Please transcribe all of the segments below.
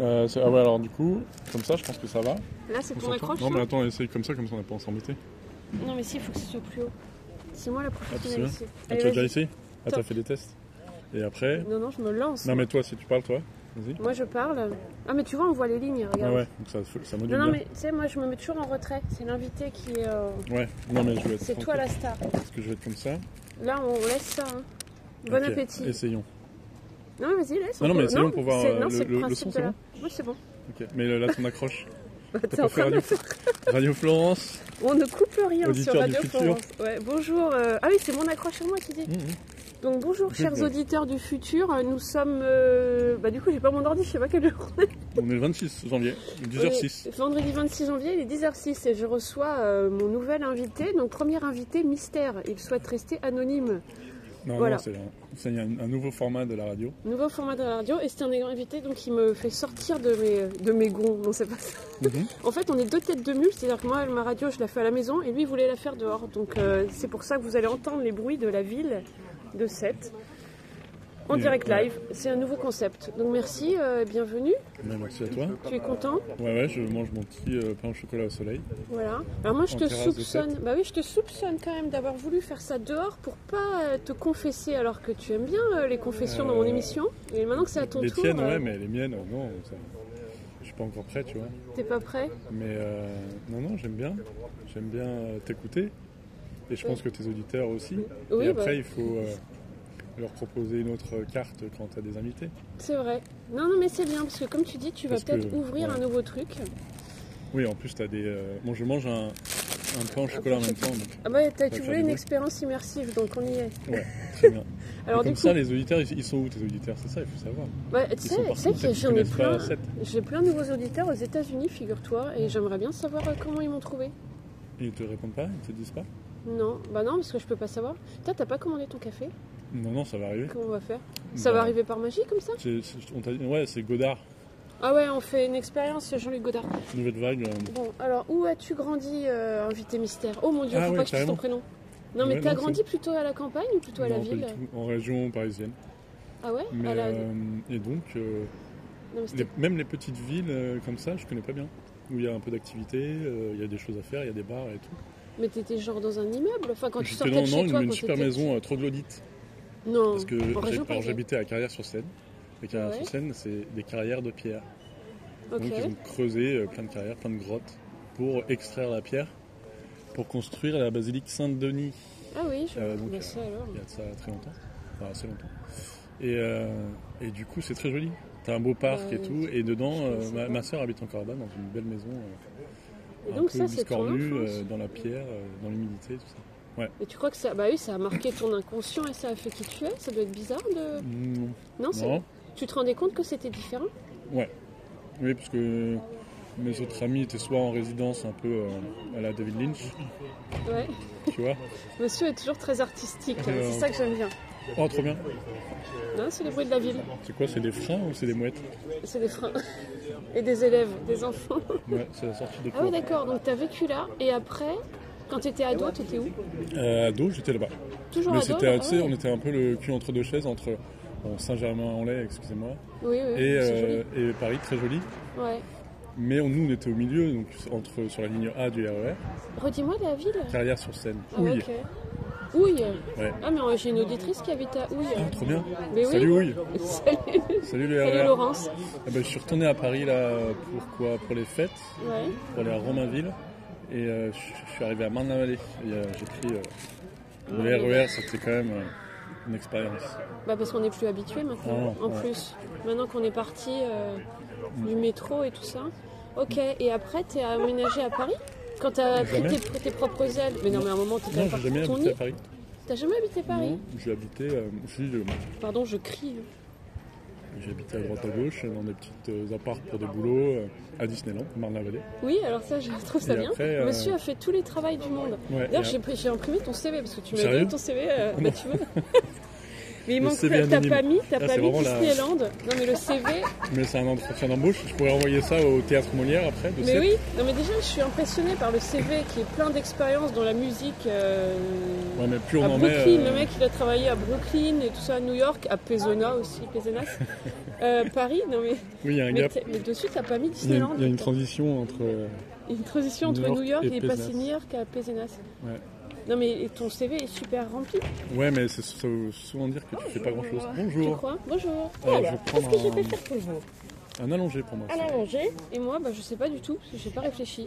Euh, c'est- ah ouais, alors du coup, comme ça, je pense que ça va. Là, c'est On ton s'entend écran, Non, mais non, attends, essaye comme ça, comme ça, on n'a pas à s'embêter. non, mais si, il faut que ce soit plus haut. C'est moi la professionnelle Ah, ici. Ah, Allez, tu as déjà vas-y. essayé Ah, t'as Top. fait des tests. Et après Eh Non, non, je me lance. Non, mais toi, si tu parles, toi, vas-y. Moi, je parle. Ah, mais tu vois, on voit les lignes, Ah regarde. ouais, donc ça, ça module Non, non, bien. mais tu sais, moi, je me mets toujours en retrait. C'est l'invité qui est. euh, Ouais, non, mais je vais être. C'est toi tranquille, la star. Parce que je vais être comme ça. Là, on laisse ça. hein. Bon Ok, appétit. Essayons. Non, vas-y, laisse. Non, on non, mais peut- essayons pour voir, c'est- euh, Non, le- c'est le- le le principe son, c'est de la. bon Moi, c'est bon. Ok, Mais là, ton accroche. Bah, t'es T'as en pas fait train Radio, de le faire. Radio Florence On ne coupe rien Auditeur sur du Radio futur. Florence. Ouais, bonjour. euh, Ah oui, c'est mon accroche sur moi qui dit. Mmh, mmh. Donc bonjour Good chers boy. auditeurs du futur, Euh, nous sommes... euh, Bah du coup j'ai pas mon ordi, je sais pas quelle heure. on est. On est le 26 janvier, On 10h06. est Vendredi 26 janvier, il est 10h06 et je reçois euh, mon nouvel invité, donc premier invité mystère. Il souhaite rester anonyme. Non, Voilà. non, c'est un, c'est un, un nouveau format de la radio. Nouveau format de la radio et c'est un invité donc qui me fait sortir de mes, de mes gonds, non c'est pas ça. Mhm. En fait on est deux têtes de mule, c'est-à-dire que moi ma radio je la fais à la maison et lui il voulait la faire dehors. Donc euh, c'est pour ça que vous allez entendre les bruits de la ville de Sète. En Et- direct ouais. live, c'est un nouveau concept. Donc merci, euh, bienvenue. Mais merci à toi. Tu es content Ouais, ouais, je mange mon petit euh, pain au chocolat au soleil. Voilà. Alors moi je En te terrasse de soupçonne, bah oui, je te soupçonne quand même d'avoir voulu faire ça dehors pour pas euh, te confesser alors que tu aimes bien euh, les confessions dans mon Euh, émission. Et maintenant que c'est à ton les tour, tiennes, euh, ouais, mais les miennes, euh, non, ça- je suis pas encore prêt, tu vois. t'es pas prêt. Mais euh, non, non, j'aime bien. J'aime bien euh, t'écouter. Et je pense que tes auditeurs aussi. Oui, Et bah, après, il faut euh, leur proposer une autre euh, carte quand t'as des invités. c'est vrai. Non, non, mais c'est bien parce que comme tu dis, tu vas Parce que, peut-être ouvrir ouais. un nouveau truc. Oui, en plus, t'as des. euh, Bon, je mange un, un pain au chocolat en même temps, donc Ah bah Ça va t'as- tu faire voulais du une bruit. expérience immersive, donc on y est. très bien. Alors Et comme du coup, ça, les auditeurs, ils, ils sont où tes auditeurs C'est ça, il faut savoir. bah, tu Ils sais, sont tu sais partout, que peut-être j'en ai qu'ils plein. connaissent pas cette. J'ai plein de nouveaux auditeurs aux États-Unis, figure-toi, et j'aimerais bien savoir euh, comment ils m'ont trouvé. Et Ils te répondent pas Ils te disent pas Non, bah non, parce que je peux pas savoir. Toi, t'as pas commandé ton café Non, non, ça va arriver. Comment on va faire Ça va Bah, arriver par magie comme ça c'est- c'est- on t'a dit- ouais, c'est Godard, Ah ouais, on fait une expérience Jean-Luc Godard. nouvelle vague. euh, Bon, alors où as-tu grandi, euh, invité mystère Oh mon dieu, Ah faut ouais, pas que je dise ton carrément. prénom. Non mais Ouais, t'as non, grandi plutôt à la campagne ou plutôt à la non, pas du ville tout, en région parisienne. Ah ouais Mais, à la- euh, et donc, euh, Non, mais c'était- les- même les petites villes euh, comme ça, je connais pas bien. Où il y a un peu d'activité, euh, il y a des choses à faire, il y a des bars et tout. Mais t'étais genre dans un immeuble Enfin quand tu J'étais sortais dans de chez non, toi une, une quand super t'étais- maison euh, troglodyte. Non, Parce que en j'ai- région alors, parisienne. j'habitais à Carrière-sur-Seine. Les Carrières-sur-Seine, c'est des carrières de pierre. Ok. Donc ils ont creusé euh, plein de carrières, plein de grottes pour extraire la pierre, pour construire la basilique Saint-Denis. Ah oui, je Euh, donc, Bah, euh, ça, alors. Il y a de ça très longtemps, enfin assez longtemps. Et, euh, et du coup, c'est très joli. T'as un beau parc Ouais, et tout, et dedans, je euh, sais ma, pas. ma soeur habite encore là-bas dans une belle maison, euh, Et un donc peu ça c'est ton biscornue, enfance. euh, dans la pierre, euh, dans l'humidité, tout ça. Et tu crois que ça, bah oui, ça a marqué ton inconscient et ça a fait qui tu es Ça doit être bizarre de. Non, Non, Ah, c'est- non. tu te rendais compte que c'était différent Oui, parce que mes autres amis étaient soit en résidence un peu euh, à la David Lynch, Ouais. tu vois. Monsieur est toujours très artistique, hein, Euh, c'est ça que j'aime bien. Oh, trop bien. Non, c'est les bruits de la ville, C'est quoi, c'est des freins ou c'est des mouettes c'est des freins. Et des élèves, des enfants. Ouais, c'est la sortie de Ah oui, cours. d'accord, donc t'as vécu là, et après, quand t'étais ado, t'étais où Euh, ado, j'étais là-bas. Toujours Mais ado c'était, là tu sais, Ah ouais. on était un peu le cul entre deux chaises, entre bon, Saint-Germain-en-Laye, excusez-moi, Oui, oui, et, c'est euh, et Paris, très joli. joli. Ouais. Mais on- nous, on était au milieu, donc entre, sur la ligne A du RER, Redis-moi la ville carrière sur Seine. Ah, Houille. ok. Houille Ouais. Ah, mais j'ai une auditrice qui habite à Houille. Trop bien. Mais oui. Salut Houille. Salut, Salut le salut RER. Laurence. Ah ben, je suis retourné à Paris là pour quoi Pour les fêtes, Ouais. pour aller à Romainville. Et euh, je je suis arrivé à Marne-la-Vallée. Et euh, j'ai pris euh, Ah, le RER, c'était quand même euh, une expérience. Bah parce qu'on est plus habitué maintenant, Ah, en ouais. plus. Maintenant qu'on est parti euh, du métro et tout ça. Ok, et après, t'es aménagé à Paris Quand t'as pris Jamais. tes, tes propres ailes Mais non, mais à un moment, t'étais Non, pas j'ai jamais ton habité nid. à Paris. T'as jamais habité Paris Non, j'ai habité, euh, si, je- Pardon, je crie. J'ai habité à droite à gauche, dans des petites euh, apparts pour des boulots, euh, à Disneyland, Marne-la-Vallée. Oui, alors ça, je trouve ça Et bien. après, euh, Monsieur a fait tous les travaux du monde. Ouais, D'ailleurs, et, j'ai pris- j'ai imprimé ton CV parce que tu m'as Sérieux donné ton CV, euh, bah, Non. tu veux. Mais il Le manque CV t'as- t'as anonyme. pas mis, t'as Là, pas c'est mis vraiment la- Disneyland. Non mais le CV, Mais c'est un entretien d'embauche. Je pourrais envoyer ça au théâtre Molière après. De mais Sète. oui, non mais déjà je suis impressionnée par le CV qui est plein d'expériences dans la musique. euh, Ouais, mais plus on à en Brooklyn, met. euh, le mec il a travaillé à Brooklyn et tout ça, à New York, à Pesona aussi, Pezonas, Euh, Paris, non mais, Oui, il y a un mais, gap. t'es- mais dessus t'as pas mis Il y, a une, Disneyland. il y a une transition entre. euh, Une transition entre New York New York et et, passé Pézenas. New York à Pézenas. Ouais. Non mais et ton CV est super rempli, Euh, Ouais, mais c'est ça veut souvent dire que tu fais pas grand chose. tu Bonjour. crois Bonjour. Alors, Alors, je vais qu'est-ce que je prendre peux un, faire pour vous un allongé pour moi. Un allongé Et moi, bah, je sais pas du tout, parce que j'ai pas réfléchi.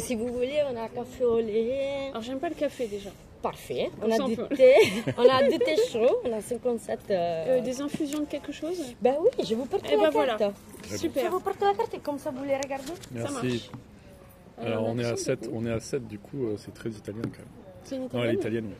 Si vous voulez, on a un café au lait. Alors j'aime pas le café déjà. Parfait. Comme On ça, a on du peut- thé. On a du thé chaud. On a 57. euh, Euh, des infusions de quelque chose Ben oui, je vous porte Eh la ben voilà. carte. Très Je Super. vous porte la carte et comme ça vous les regardez. Ça Merci. marche. Alors on est à accent, 7, du coup. on est à 7 du coup euh, c'est très italien quand même. C'est une Non elle est italienne.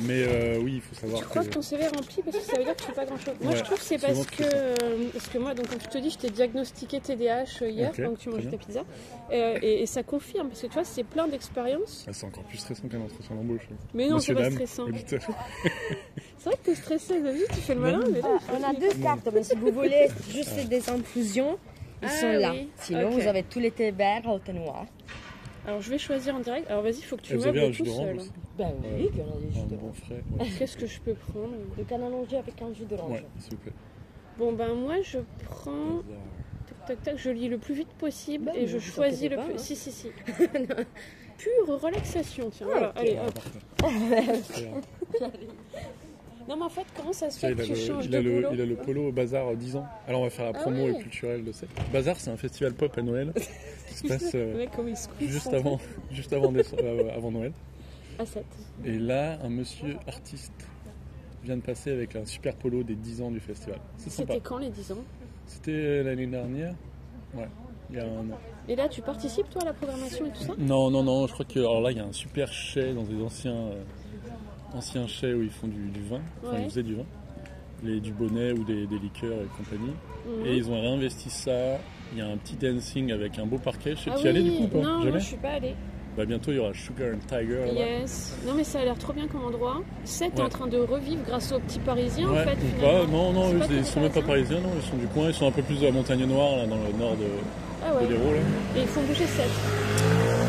italienne ouais. Mais euh, oui il faut savoir Tu crois que que... ton CV est rempli parce que ça veut dire que tu fais pas grand chose. Moi Ouais, je trouve que c'est c'est parce souvent que. euh, Parce que moi, donc comme je te dis, je t'ai diagnostiqué TDAH euh, hier Ok, pendant que tu mangeais très ta pizza. Euh, et, et ça confirme, parce que tu vois, c'est plein d'expériences. Ah, c'est encore plus stressant qu'un entretien d'embauche. hein. Mais non, c'est Monsieur, pas dame, stressant. auditeur. C'est vrai que t'es stressé, t'as vu, tu fais le malin, mais là, Ah, On a deux cartes, mais si vous voulez juste des infusions, ils Ah sont là. oui, Sinon, ok. vous avez tous les thés verts au thé noir. Alors je vais choisir en direct. Alors vas-y, faut que Et tu Eh, vous avez un meubles jus tout d'orange seul. aussi Ben oui, qu'on a des Un jus bon d'orange. frais. Ouais, Qu'est-ce que je peux prendre Donc un allongé avec un jus d'orange. Ouais, s'il vous plaît. Bon ben moi je prends tac tac tac, je lis le plus vite possible Bah, et mais je vous choisis inquiétez le pas, plus. hein. Si si si. Pure relaxation tiens. voilà, ok. allez, Ah, hop. parfait. Non mais en fait comment ça se Tiens, fait il, que a tu le, changes il, a de le- boulot Ah il a le polo au bazar euh, 10 ans. Alors on va faire la promo ouais. et culturelle de cette. Bazar c'est un festival pop à Noël qui se passe euh, Le mec comment il se couche juste avant, juste avant, déce- euh, avant Noël. à 7. Et là, un monsieur artiste vient de passer avec un super polo des 10 ans du festival. C'est sympa. C'était quand les 10 ans C'était euh, l'année dernière Ouais, il y a un an. Et là tu participes toi à la programmation et tout ça Non, non, non, je crois que. Alors là, il y a un super chai dans des anciens, euh, anciens chais où ils font du, du vin. Enfin, Ouais. ils faisaient du vin. Les, du bonnet ou des, des liqueurs et compagnie. Mhm. Et ils ont réinvesti ça. Il y a un petit dancing avec un beau parquet. Je sais, Ah tu y oui, allais du coup ou pas non, non, Jamais je suis pas allée. Bah, bientôt, il y aura Sugar and Tiger. là-bas. Yes. Non, mais ça a l'air trop bien comme endroit. 7 est Ouais. en train de revivre grâce aux petits parisiens Ouais, en fait. ou pas, finalement. non, non, C'est eux, pas que ils des sont même pas parisiens, non, ils sont du coin, ils sont un peu plus de la montagne noire, là, dans le nord de, Ah de ouais. l'Hérault, là. Et ils font bouger 7.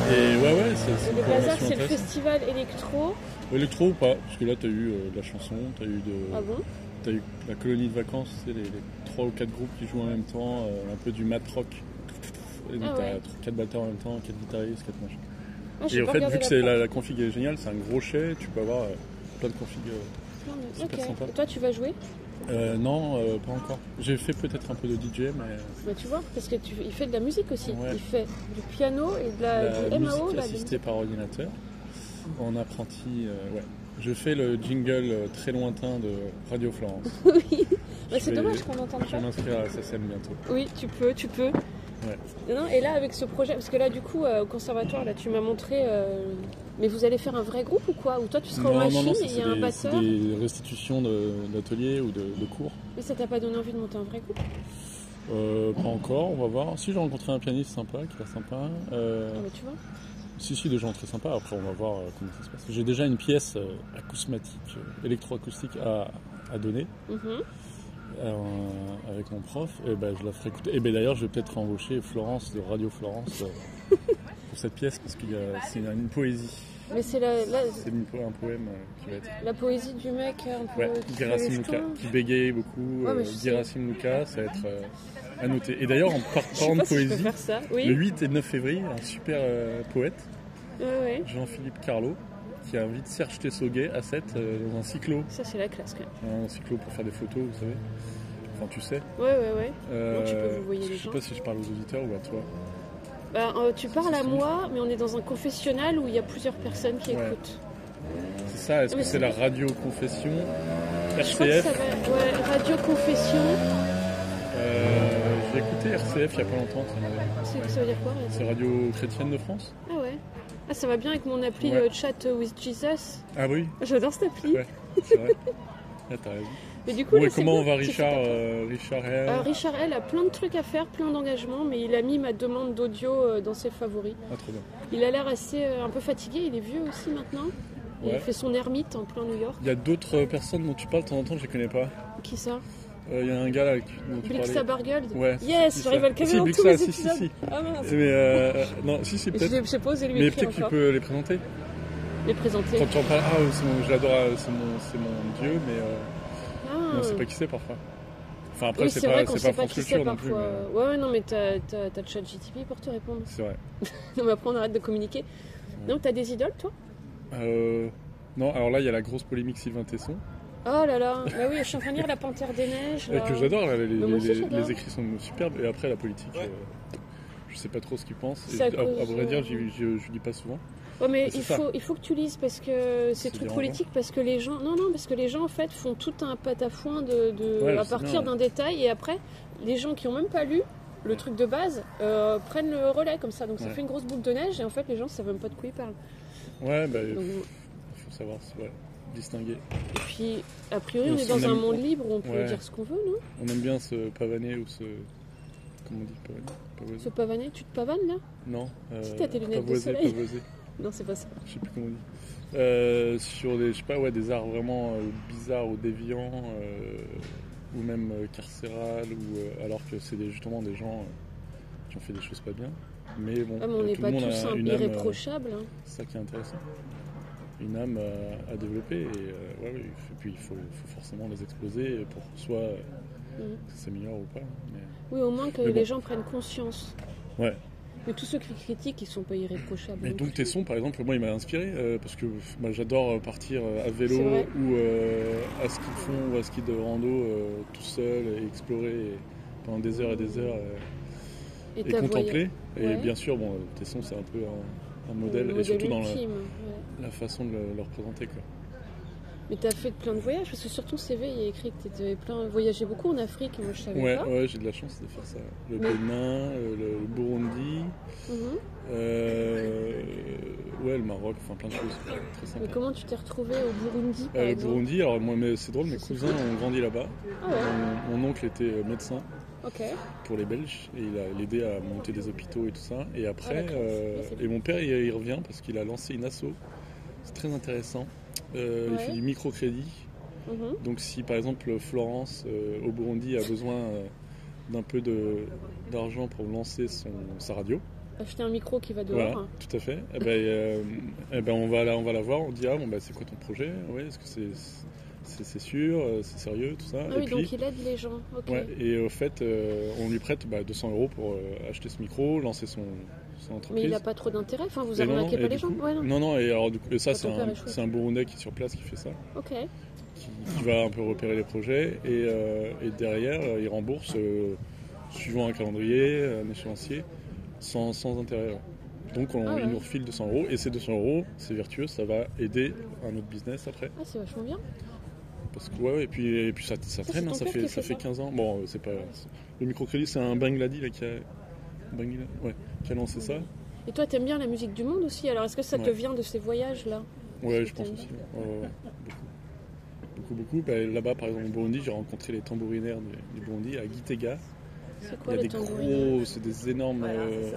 Et ouais, ouais, c'est c'est Le une bazar, programmation c'est le intéressante. festival électro. Électro ou pas Parce que là, t'as eu euh, de la chanson, t'as eu, de, Ah bon t'as eu la colonie de vacances, c'est les, les trois ou quatre groupes qui jouent en même temps, euh, un peu du mat rock. Et donc, Ah t'as ouais. quatre batteurs en même temps, quatre guitaristes, quatre machins. Ah, j'ai Et en pas fait, regardé vu que c'est la la, la config est géniale, c'est un gros chai, tu peux avoir euh, plein de configs. euh. plateforme. super Ok. sympa. Et toi, tu vas jouer Euh, non, euh, pas encore. J'ai fait peut-être un peu de DJ, mais. bah, Tu vois, parce qu'il fait de la musique aussi. Ouais. Il fait du piano et de la, la Euh, du MAO. musique là, de- assistée par ordinateur en apprenti. euh, ouais. Je fais le jingle euh, très lointain de Radio Florence. Oui. Je Bah, c'est vais- dommage qu'on n'entende Je vais pas. m'inscrire à la SACEM bientôt. Oui, tu peux, tu peux. Non, et là, avec ce projet, parce que là, du coup, euh, au conservatoire, là, tu m'as montré. euh, Mais vous allez faire un vrai groupe ou quoi Ou toi, tu seras en machine ça, et il c'est y a un des, c'est batteur des restitutions de- d'ateliers ou de, de cours. Mais ça t'a pas donné envie de monter un vrai groupe Euh, pas encore, on va voir. Si j'ai rencontré un pianiste sympa, qui est sympa. Euh, Ah, mais tu vois. Si, si, des gens très sympas. Après, on va voir euh, comment ça se passe. J'ai déjà une pièce euh, acousmatique, euh, électroacoustique à, à donner. Mhm. Euh, avec mon prof, et ben, je la ferai écouter. Et ben, d'ailleurs, je vais peut-être embaucher Florence de Radio Florence euh, pour cette pièce parce qu'il y Bah, a c'est une poésie. Mais c'est la, la, C'est une po- un poème euh, qui va être. la poésie du mec un peu. Ouais, qui fait Gerasim le Luca, jeton. qui bégaye beaucoup. Ouais, mais euh, je sais. Gerasim Luca, ça va être euh, à noter. Et d'ailleurs, en Je sais partant de pas si je peux poésie, faire ça. le Oui. 8 et 9 février, un super euh, poète, Ouais, ouais. Jean-Philippe Carlo, qui invite Serge Tessoguet à 7 euh, dans un cyclo. Ça, c'est la classe quand même. Un cyclo pour faire des photos, vous savez. Enfin, tu sais. Ouais, ouais, ouais. Non, tu peux Euh, vous voyez les je sais gens. pas si je parle aux auditeurs ou à toi. Bah, euh, tu parles à C'est moi, mais on est dans un confessionnal où il y a plusieurs personnes qui Ouais. écoutent. C'est ça, est-ce Ah, Mais que c'est c'est- la radio confession Je crois que RCF ça va. Ouais, Radio Confession. euh, J'ai écouté RCF il n'y a pas longtemps, ça m'avait- C'est- Ça veut dire quoi Radio c'est Radio Chrétienne de France Ah ouais. Ah, ça va bien avec mon appli Ouais. euh, Chat with Jesus. Ah oui, J'adore cette appli. Ouais. c'est vrai. Ah, t'as raison. Mais du coup, Bon, là, et c'est comment bon, on va c'est Richard super. euh, Richard Hare Euh, Richard, elle a plein de trucs à faire, plein d'engagements, mais il a mis ma demande d'audio euh, dans ses favoris. Ah, trop bien. Il a l'air assez euh, un peu fatigué, il est vieux aussi maintenant. Il Ouais. fait son ermite en plein New York. Il y a d'autres personnes dont tu parles de temps en temps, je les connais pas. Qui ça Euh, Il y a un gars là dont tu parlais. Blixa Bargold Ouais, Yes, c'est j'arrive à le ça. caler Si, dans Blixa, tous les si, si, épisodes. si. Ah mince. Mais euh, euh, non, si, si, Je peut-être. l'ai- je sais pas osé lui Mais écrire peut-être que tu encore. peux les présenter. Les présenter. Quand tu en parles, ah, c'est mon- je l'adore, ah, c'est mon, c'est mon dieu, mais euh, Ah. on sait pas qui c'est parfois. Enfin, après, Oui, c'est c'est vrai pas, qu'on c'est sait pas pas France qui c'est Culture non plus. parfois. mais, euh, Ouais, ouais, non, mais t'as t'as- t'as ChatGTP pour te répondre. C'est vrai. Non, mais après, on arrête de communiquer. Donc, t'as des idoles, toi Euh, non, alors là, il y a la grosse polémique Sylvain Tesson, Oh là là Bah oui, je suis en train de lire La Panthère des Neiges. euh, là. que j'adore. là, Les, Ah Mais moi les- aussi, j'adore. les écrits sont superbes. Et après, la politique, euh, je sais pas trop ce qu'il pense. C'est à à, à cause, vrai euh, dire, j'y- je, je lis pas souvent. Ouais, Oh, mais Mais c'est il ça. faut, il faut que tu lises parce que ces C'est trucs dérangeant. politiques, parce que les gens. Non, non, parce que les gens, en fait, font tout un patafouin de, de, Ouais, je à sais partir bien, d'un détail et après, les gens qui ont même pas lu le truc de base euh, prennent le relais comme ça. Donc, ça Ouais. fait une grosse boule de neige et en fait, les gens savent même pas de quoi ils parlent. Ouais, bah, Donc, faut savoir c'est- ouais, distinguer. et puis, a priori, on, On est s'en dans un aime- monde libre où on peut Ouais. dire ce qu'on veut, non On aime bien se pavaner ou se. Comment on dit pavaner Pavoiser Se pavaner, tu te pavanes là Non. Euh, Si t'as tes lunettes de pavoiser, soleil. pavoiser. Non, c'est pas ça. Je sais plus comment on dit. Euh, sur des, je sais pas, ouais, des arts vraiment euh, bizarres ou déviants, euh, ou même euh, carcérales, ou, euh, alors que c'est des- justement des gens euh, qui ont fait des choses pas bien. Mais bon, Ah, mais on n'est Euh, tout pas le monde tous a un- une âme, euh, irréprochables. hein. c'est ça qui est intéressant. Une âme euh, à développer, et, euh, ouais, oui, et puis il faut, faut forcément les exploser pour soit euh, Mhm. que ça s'améliore ou pas. mais- Oui, au moins que Mais bon. les gens prennent conscience. Ouais. Mais tous ceux qui critiquent, ils sont pas irréprochables. Mais non donc plus. tes sons, par exemple, moi, il m'a inspiré euh, parce que pff, bah, j'adore euh, partir euh, à vélo C'est vrai. ou euh, à ski de fond ou à ski de rando euh, tout seul et explorer et pendant des heures et des heures euh, Et et ta voix- contempler. Ouais. Et bien sûr, bon, euh, tes sons, c'est un peu un, un le modèle, et surtout dans la, ultime, ouais. la façon de le, le représenter. Quoi. Mais t'as fait plein de voyages, parce que sur ton CV, il y a écrit que t'étais plein... voyagé beaucoup en Afrique, moi je savais Ouais, pas. ouais, j'ai de la chance de faire ça. Le Ah, Mais- Bénin, euh, le Burundi, Mhm. euh, ouais, le Maroc, enfin plein de choses quoi. très Mais sympa. comment tu t'es retrouvé au Burundi, par Euh, exemple Burundi, alors moi, mais c'est drôle, mes cousins ont grandi là-bas. Ah ouais, Mon, mon oncle était euh, médecin ok. pour les Belges et il a il aidait à monter des hôpitaux et tout ça. Et la après, classe. euh, Ouais, Ah, c'est et mon père il, il revient parce qu'il a lancé une asso. C'est très intéressant. Euh, Il Ouais. fait du microcrédit. Mhm. Donc si par exemple Florence euh, au Burundi a besoin euh, d'un peu de- d'argent pour lancer son, sa radio, Acheter un micro qui va dehors. voilà, tout à fait. Eh ben, euh, eh ben, on va la, on va la voir. On dit ah bon bah c'est quoi ton projet Ouais, est-ce que c'est c'est- c'est sûr, euh, c'est sérieux, tout ça. Ah et oui, puis, donc il aide les gens, ok. Ouais, et au fait, euh, on lui prête bah, 200 euros pour euh, acheter ce micro, lancer son, son Mais entreprise. il n'a pas trop d'intérêt, enfin vous Et non, arnaquez non, pas et les du gens coup- Ouais, non. Non, non, et alors du coup, et ça, Ah, c'est ton père un, est chouette. c'est un Burundais qui est sur place qui fait ça, Ok. Ah, qui, qui va un peu repérer les projets, et, euh, et derrière, euh, il rembourse euh, suivant un calendrier, un échéancier, sans, sans intérêt. ouais. Donc, on, Ah ouais. il nous refile 200 euros, et ces 200 euros, c'est vertueux, ça va aider un autre business après. Ah, c'est vachement bien. Parce que, ouais, ouais, et puis, et puis ça, ça c'est traîne, hein, ton ça, père fait, qui ça fait fait ça 15 ans. Bon, euh, c'est pas. c'est- Le microcrédit, c'est un Bangladi là, qui, a... Bangla- ouais, qui a lancé ça. Et toi, t'aimes bien la musique du monde aussi, alors est-ce que ça te Ouais. vient de ces voyages-là Ouais, C'est je pense étonnant. aussi. ouais. Ouais, ouais, ouais, beaucoup. Beaucoup, beaucoup. Bah, Là-bas, par exemple, au Burundi, j'ai rencontré les tambourinaires du, du Burundi à Gitega. C'est quoi Il y a les des tambourines gros, c'est des énormes euh,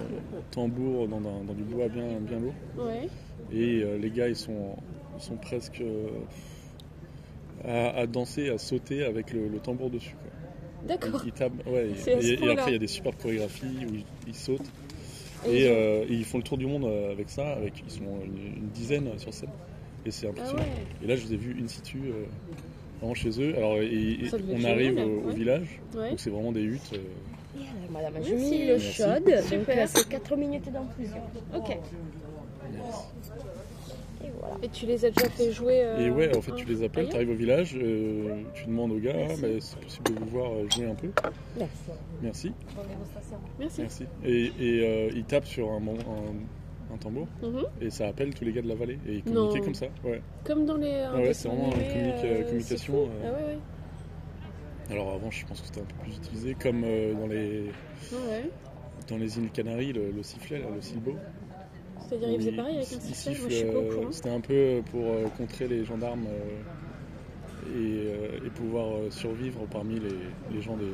tambours dans, dans- dans du bois bien, bien lourd. Ouais. Et euh, les gars, ils sont, ils sont presque euh, à, à danser, à sauter avec le, le tambour dessus. quoi. D'accord. Ils, ils tapent, ouais, C'est et, à ce et point-là. après, il y a des superbes chorégraphies où ils, ils sautent. Et Et, ils ont- euh, et ils font le tour du monde euh, avec ça. Avec, ils sont une, une dizaine sur scène. Et c'est Ah impressionnant. ouais. Et là, je les ai vus in situ, euh, vraiment chez eux. Alors, et- et Ça devait on être arrive génial, au, au ouais. village, Ouais. donc c'est vraiment des huttes. euh, Et alors, madame, Merci. j'ai mis le Merci. chaude. Donc, Super. euh, c'est 4 minutes d'infusion. Ok. yes. Et voilà. Et tu les as déjà fait jouer euh, euh, Et ouais, en fait, un- tu les appelles, ailleurs tu arrives au village, euh, tu demandes aux gars, Merci. ah, bah, c'est possible de vous voir euh, jouer un peu. Merci. Merci, Bonne dégustation. Merci. merci. Et, et, euh, ils tapent sur un, mon- un- un tambour Mhm. et ça appelle tous les gars de la vallée. Et ils Non. communiquaient comme ça. Ouais. Comme dans les. un Ah ouais, c'est dessin vraiment une animé, communica- euh, communication, c'est fou. euh. Ah ouais, ouais. Alors avant, je pense que c'était un peu plus utilisé, comme euh, dans les Ah ouais. dans les îles Canaries, le, le sifflet, là, le silbo. C'est-à-dire, ils faisaient pareil avec un Il- il système. Moi, siffle, je suis pas au euh, courant. C'était un peu pour euh, contrer les gendarmes euh, et, euh, et pouvoir euh, survivre parmi les, les gens des,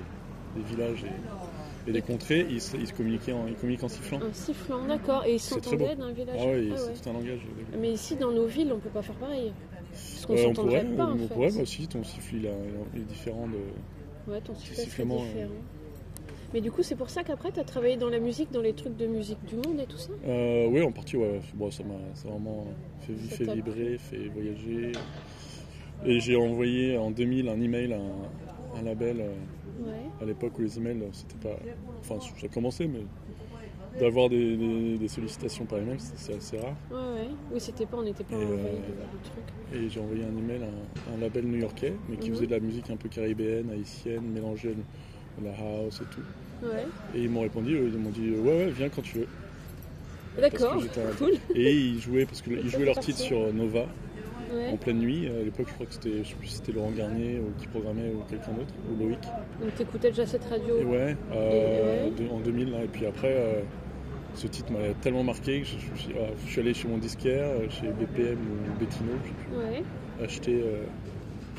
des villages et, Et les contrées, ils, se- ils se communiquaient en, ils communiquent en sifflant. Un sifflant, d'accord. Et ils C'est très s'entendaient d'un village. Ah ouais, Ah ouais. c'est tout un langage. Mais ici, dans nos villes, on peut pas faire pareil. Parce qu'on Euh, on s'entendrait pourrait, pas, en on fait. pourrait, bah si, ton siffle il, a- il est différent de. Ouais, ton souffle, C'est c'est sifflement, différent. euh. Mais du coup, c'est pour ça qu'après, t'as travaillé dans la musique, dans les trucs de musique du monde et tout ça Euh, oui, en partie, ouais. Bon, ça m'a ça a vraiment fait, vi- Ça fait t'a plu. vibrer, fait voyager. Et j'ai envoyé en 2000 un email à un, un label euh, Ouais. à l'époque où les emails, euh, c'était pas. Enfin, ça commençait, mais d'avoir des, des- des sollicitations par email, c'est c'est assez rare. Ouais, ouais. Oui, c'était pas, on n'était pas Et, envoyé euh, de- de trucs. Et j'ai envoyé un email à un, un label new-yorkais, mais qui Mhm. faisait de la musique un peu caribéenne, haïtienne, mélangée à la house et tout. Ouais. Et ils m'ont répondu, euh, ils m'ont dit euh, ouais ouais viens quand tu veux. D'accord, j'étais un- cool. Et ils jouaient parce que ils jouaient leur titre sur euh, Nova en Ouais. pleine nuit. À l'époque je crois que c'était je sais plus si c'était Laurent Garnier ou qui programmait ou quelqu'un d'autre ou Loïc. Donc t'écoutais déjà cette radio. Et ouais, euh, Et ouais. de- en 2000 là. et puis après euh, ce titre m'a tellement marqué que je, je me suis dit, Ah, je suis allé chez mon disquaire, euh, chez BPM ou Bettino, j'ai pu Ouais. acheter, euh,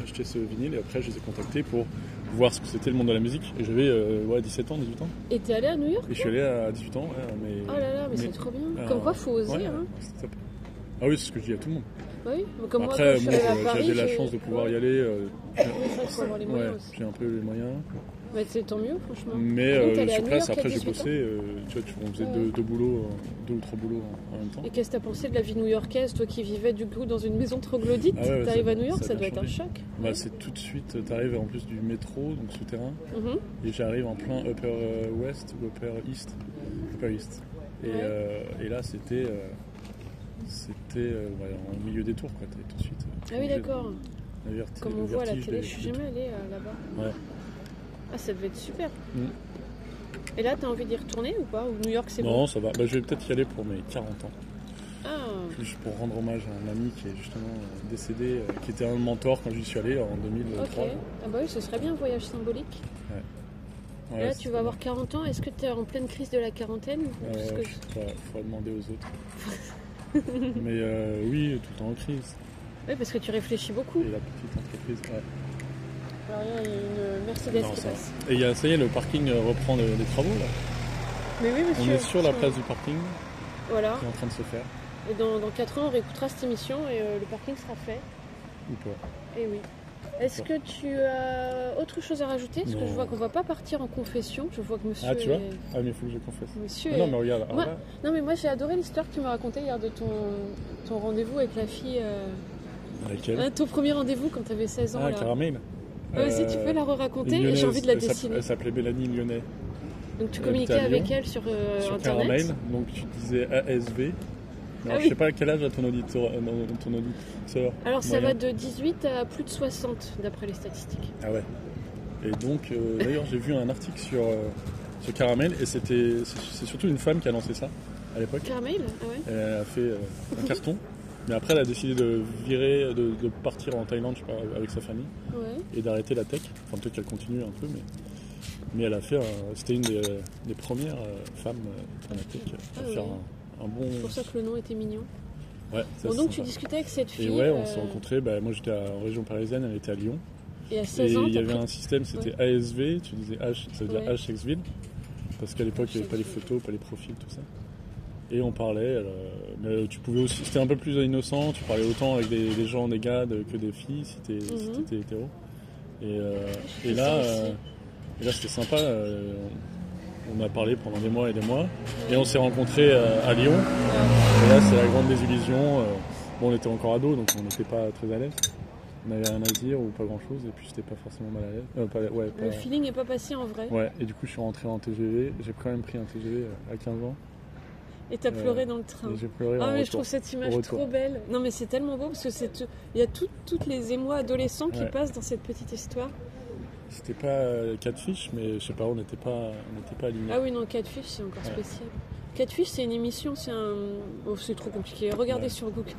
acheter ce vinyle et après je les ai contactés pour voir ce que c'était le monde de la musique. Et j'avais euh, ouais, 17 ans, 18 ans. Et t'es allé à New York Et je suis allé à 18 ans, ouais, mais... Oh là là, mais, mais- c'est trop bien. Alors, Comme quoi, faut oser. Ouais, Hein. c'est top. Ah oui, c'est ce que je dis à tout le monde. Oui. Comme Après, moi, bon, quand je suis allée à euh, Paris, j'avais la j'ai- chance de pouvoir y aller. euh, Oui, ça, faut avoir les ouais, moyens aussi. j'ai un peu les moyens. Mais c'est tant mieux, franchement. Mais Donc, euh, t'es allé à sur New place, York à après, j'ai 18 ans bossé. euh, tu vois, tu- on faisait Ouais. deux, deux boulots, euh, deux ou trois boulots en, en même temps. Et qu'est-ce que t'as pensé de la vie new-yorkaise, toi qui vivais du coup dans une maison troglodyte Ah ouais, ouais, T'arrives ça- à New York, ça a ça doit bien être un choc. Bah, c'est tout de suite, euh, t'arrives en plus du métro, donc souterrain, Mhm. et j'arrive en plein Upper euh, West ou Upper East. Upper East. Et, Ouais. euh, et là, c'était. euh, c'était euh, ouais, en milieu des tours, quoi. T'es tout de suite. euh, Ah oui, obligé de- d'accord. le verti- Comme le on voit à la vertige télé, des- je suis des jamais allée euh, là-bas. Ouais. Ah, ça devait être super. Mm. Et là, t'as envie d'y retourner ou pas Ou New York, c'est bon Non, ça va. Bah, je vais peut-être y aller pour mes 40 ans. Ah, Juste pour rendre hommage à un ami qui est justement euh, décédé, euh, qui était un mentor quand j'y suis allé en 2003. ok. Ah bah oui, ce serait bien un voyage symbolique. Ouais, là, c'est- tu vas avoir 40 ans. Est-ce que t'es en pleine crise de la quarantaine Euh, Parce que- je sais pas, faudra demander aux autres. Mais euh, oui, tout le temps en crise. Oui, parce que tu réfléchis beaucoup. Et la petite entreprise. ouais. Alors, il y a une Mercedes Non, qui ça va. passe. Et il y a, ça y est, le parking euh, reprend de- des travaux là. Mais oui, monsieur. On est sur la parce que- place du parking Voilà. qui est en train de se faire. Et dans, dans 4 ans, on réécoutera cette émission et euh, le parking sera fait. Ou pas Et oui. Est-ce que tu as autre chose à rajouter Parce que Non. je vois qu'on va pas partir en confession. Je vois que monsieur. Ah, tu vois est- Ah, mais il faut que je confesse. Monsieur Ah est- non, mais regarde. alors Moi- là, moi j'ai adoré l'histoire que tu m'as racontée hier de ton, ton rendez-vous avec la fille. euh, laquelle hein, ton premier rendez-vous quand tu avais 16 ans. Ah, euh, là. Caramel. Ouais, Ah, si tu peux la re-raconter et j'ai envie de la elle s'appelait- dessiner. Elle s'appelait Mélanie Lyonnais. Donc tu elle communiquais habitait à avec Lyon, elle sur, euh, euh, sur internet. Caramel, donc tu disais ASV. Alors, Ah je oui. sais pas à quel âge a ton auditeur, euh, non, ton auditeur. Alors ça Moyen. va de 18 à plus de 60 d'après les statistiques. Ah ouais. Et donc, euh, d'ailleurs, j'ai vu un article sur, euh, sur Caramel et c'était, c'est c'est surtout une femme qui a lancé ça à l'époque. Caramel Ah ouais Elle a fait euh, un carton, mais après, elle a décidé de virer, de, de partir en Thaïlande, je sais pas, avec sa famille Ouais. et d'arrêter la tech. Enfin, peut-être qu'elle continue un peu, mais. Mais elle a fait, un- c'était une des, des premières euh, femmes euh, dans la tech à Ah faire ouais. un, un bon. C'est pour ça que le nom était mignon. Ouais, Mm. ça, bon c'est donc tu sympa. discutais avec cette fille. Et ouais, on euh, s'est rencontrés. Bah, moi, j'étais à- en région parisienne, elle était à Lyon. Et à Et 16 ans, il y t'as avait pris- un système, c'était ASV, tu disais H, ça veut dire Ouais. H Exville, parce qu'à l'époque, il n'y avait pas les photos, pas les profils, tout ça. Et on parlait, euh, mais tu pouvais aussi, c'était un peu plus innocent, tu parlais autant avec des, des gens, des gars de- que des filles, si t'es- si Mhm. t'étais hétéro. Et, euh, J'ai et, fait ça là, aussi. euh, et là, c'était sympa, euh, on on a parlé pendant des mois et des mois, et on s'est rencontrés euh, à Lyon, et là, c'est la grande désillusion. euh, Bon, on était encore ados, donc on n'était pas très à l'aise. On avait rien à dire ou pas grand chose, et puis j'étais pas forcément mal à l'aise. Euh, pas- ouais, Le pas- feeling n'est pas passé en vrai. ouais, et du coup, je suis rentré en TGV. J'ai quand même pris un TGV euh, à 15 ans, Et t'as Euh, pleuré dans le train. et j'ai pleuré en Ah mais je retour. trouve cette image retour. trop belle. Non mais c'est tellement beau parce que c'est tout- il y a tout- toutes les émois adolescents qui Ouais. passent dans cette petite histoire. C'était pas euh, quatre fiches, mais je sais pas, on n'était pas, on n'était pas alignés. Ah oui non Catfish c'est encore Ouais. spécial. Catfish c'est une émission, c'est un oh, c'est trop compliqué. Regardez Ouais. sur Google.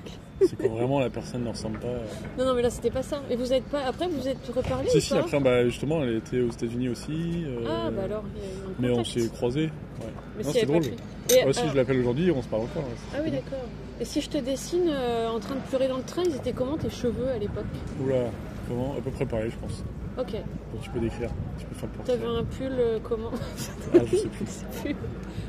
C'est quand vraiment la personne ne ressemble pas. euh. Non non mais là c'était pas ça. Et vous êtes pas après vous êtes reparlés Si, ou si, pas après, bah, justement, elle était aux États-Unis aussi. euh, Ah bah alors il y a eu un Mais on contact. s'est croisés. Ouais. Mais Non, s'il y c'est avait drôle. pas pu- Et, Moi aussi, alors- je l'appelle aujourd'hui, on se parle encore. hein. ouais, c'est Ah oui cool. d'accord. Et si je te dessine euh, en train de pleurer dans le train, ils étaient comment tes cheveux à l'époque Oula, comment À peu près pareil, je pense. Ok. Donc tu peux décrire, tu peux faire le portrait. T'avais un pull euh, comment Ah, je sais plus. plus.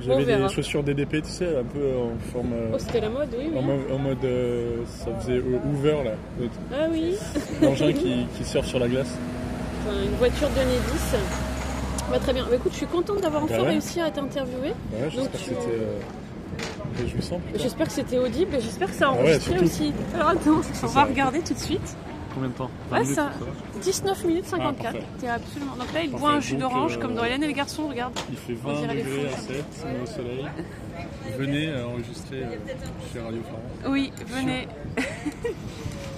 J'avais verra. des chaussures DDP, tu sais, un peu en forme. euh, Oh, c'était la mode, oui. en oui. mode, en mode, euh, ça faisait euh, Hoover là, le- Ah oui. l'engin qui, qui surfe sur la glace. Enfin, une voiture de 10. Bah, très bien. Bah, écoute, je suis contente d'avoir enfin Bah ouais. réussi à t'interviewer. Ouais, j'espère Donc, que tu- c'était euh, réjouissant. putain. J'espère que c'était audible et j'espère que ça a Ah ouais, enregistré surtout. aussi. Alors attends, on ça. va regarder tout de suite. Combien de temps Ouais, Ah, ça- 19 minutes 54. Ah, parfait. T'es absolument. Donc là, il Parfait. boit un jus Donc, d'orange euh, comme dans Hélène et les garçons, regarde. Il fait On 20 dirait les degrés à fours. 7, on est au soleil. Venez euh, enregistrer euh, chez Radio France. Oui, venez.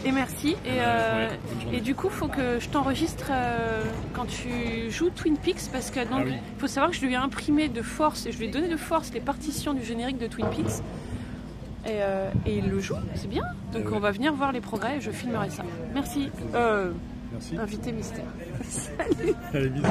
et merci. Et, euh, Ouais, bonne journée. et du coup, faut que je t'enregistre euh, quand tu joues Twin Peaks parce que donc Ah oui. faut savoir que je lui ai imprimé de force et je lui ai donné de force les partitions du générique de Twin Peaks. Et, euh, et il le joue, c'est bien. Donc Ah ouais. Eh on va venir voir les progrès et je filmerai ça. Merci. Euh, Merci. invité mystère. Allez, bisous.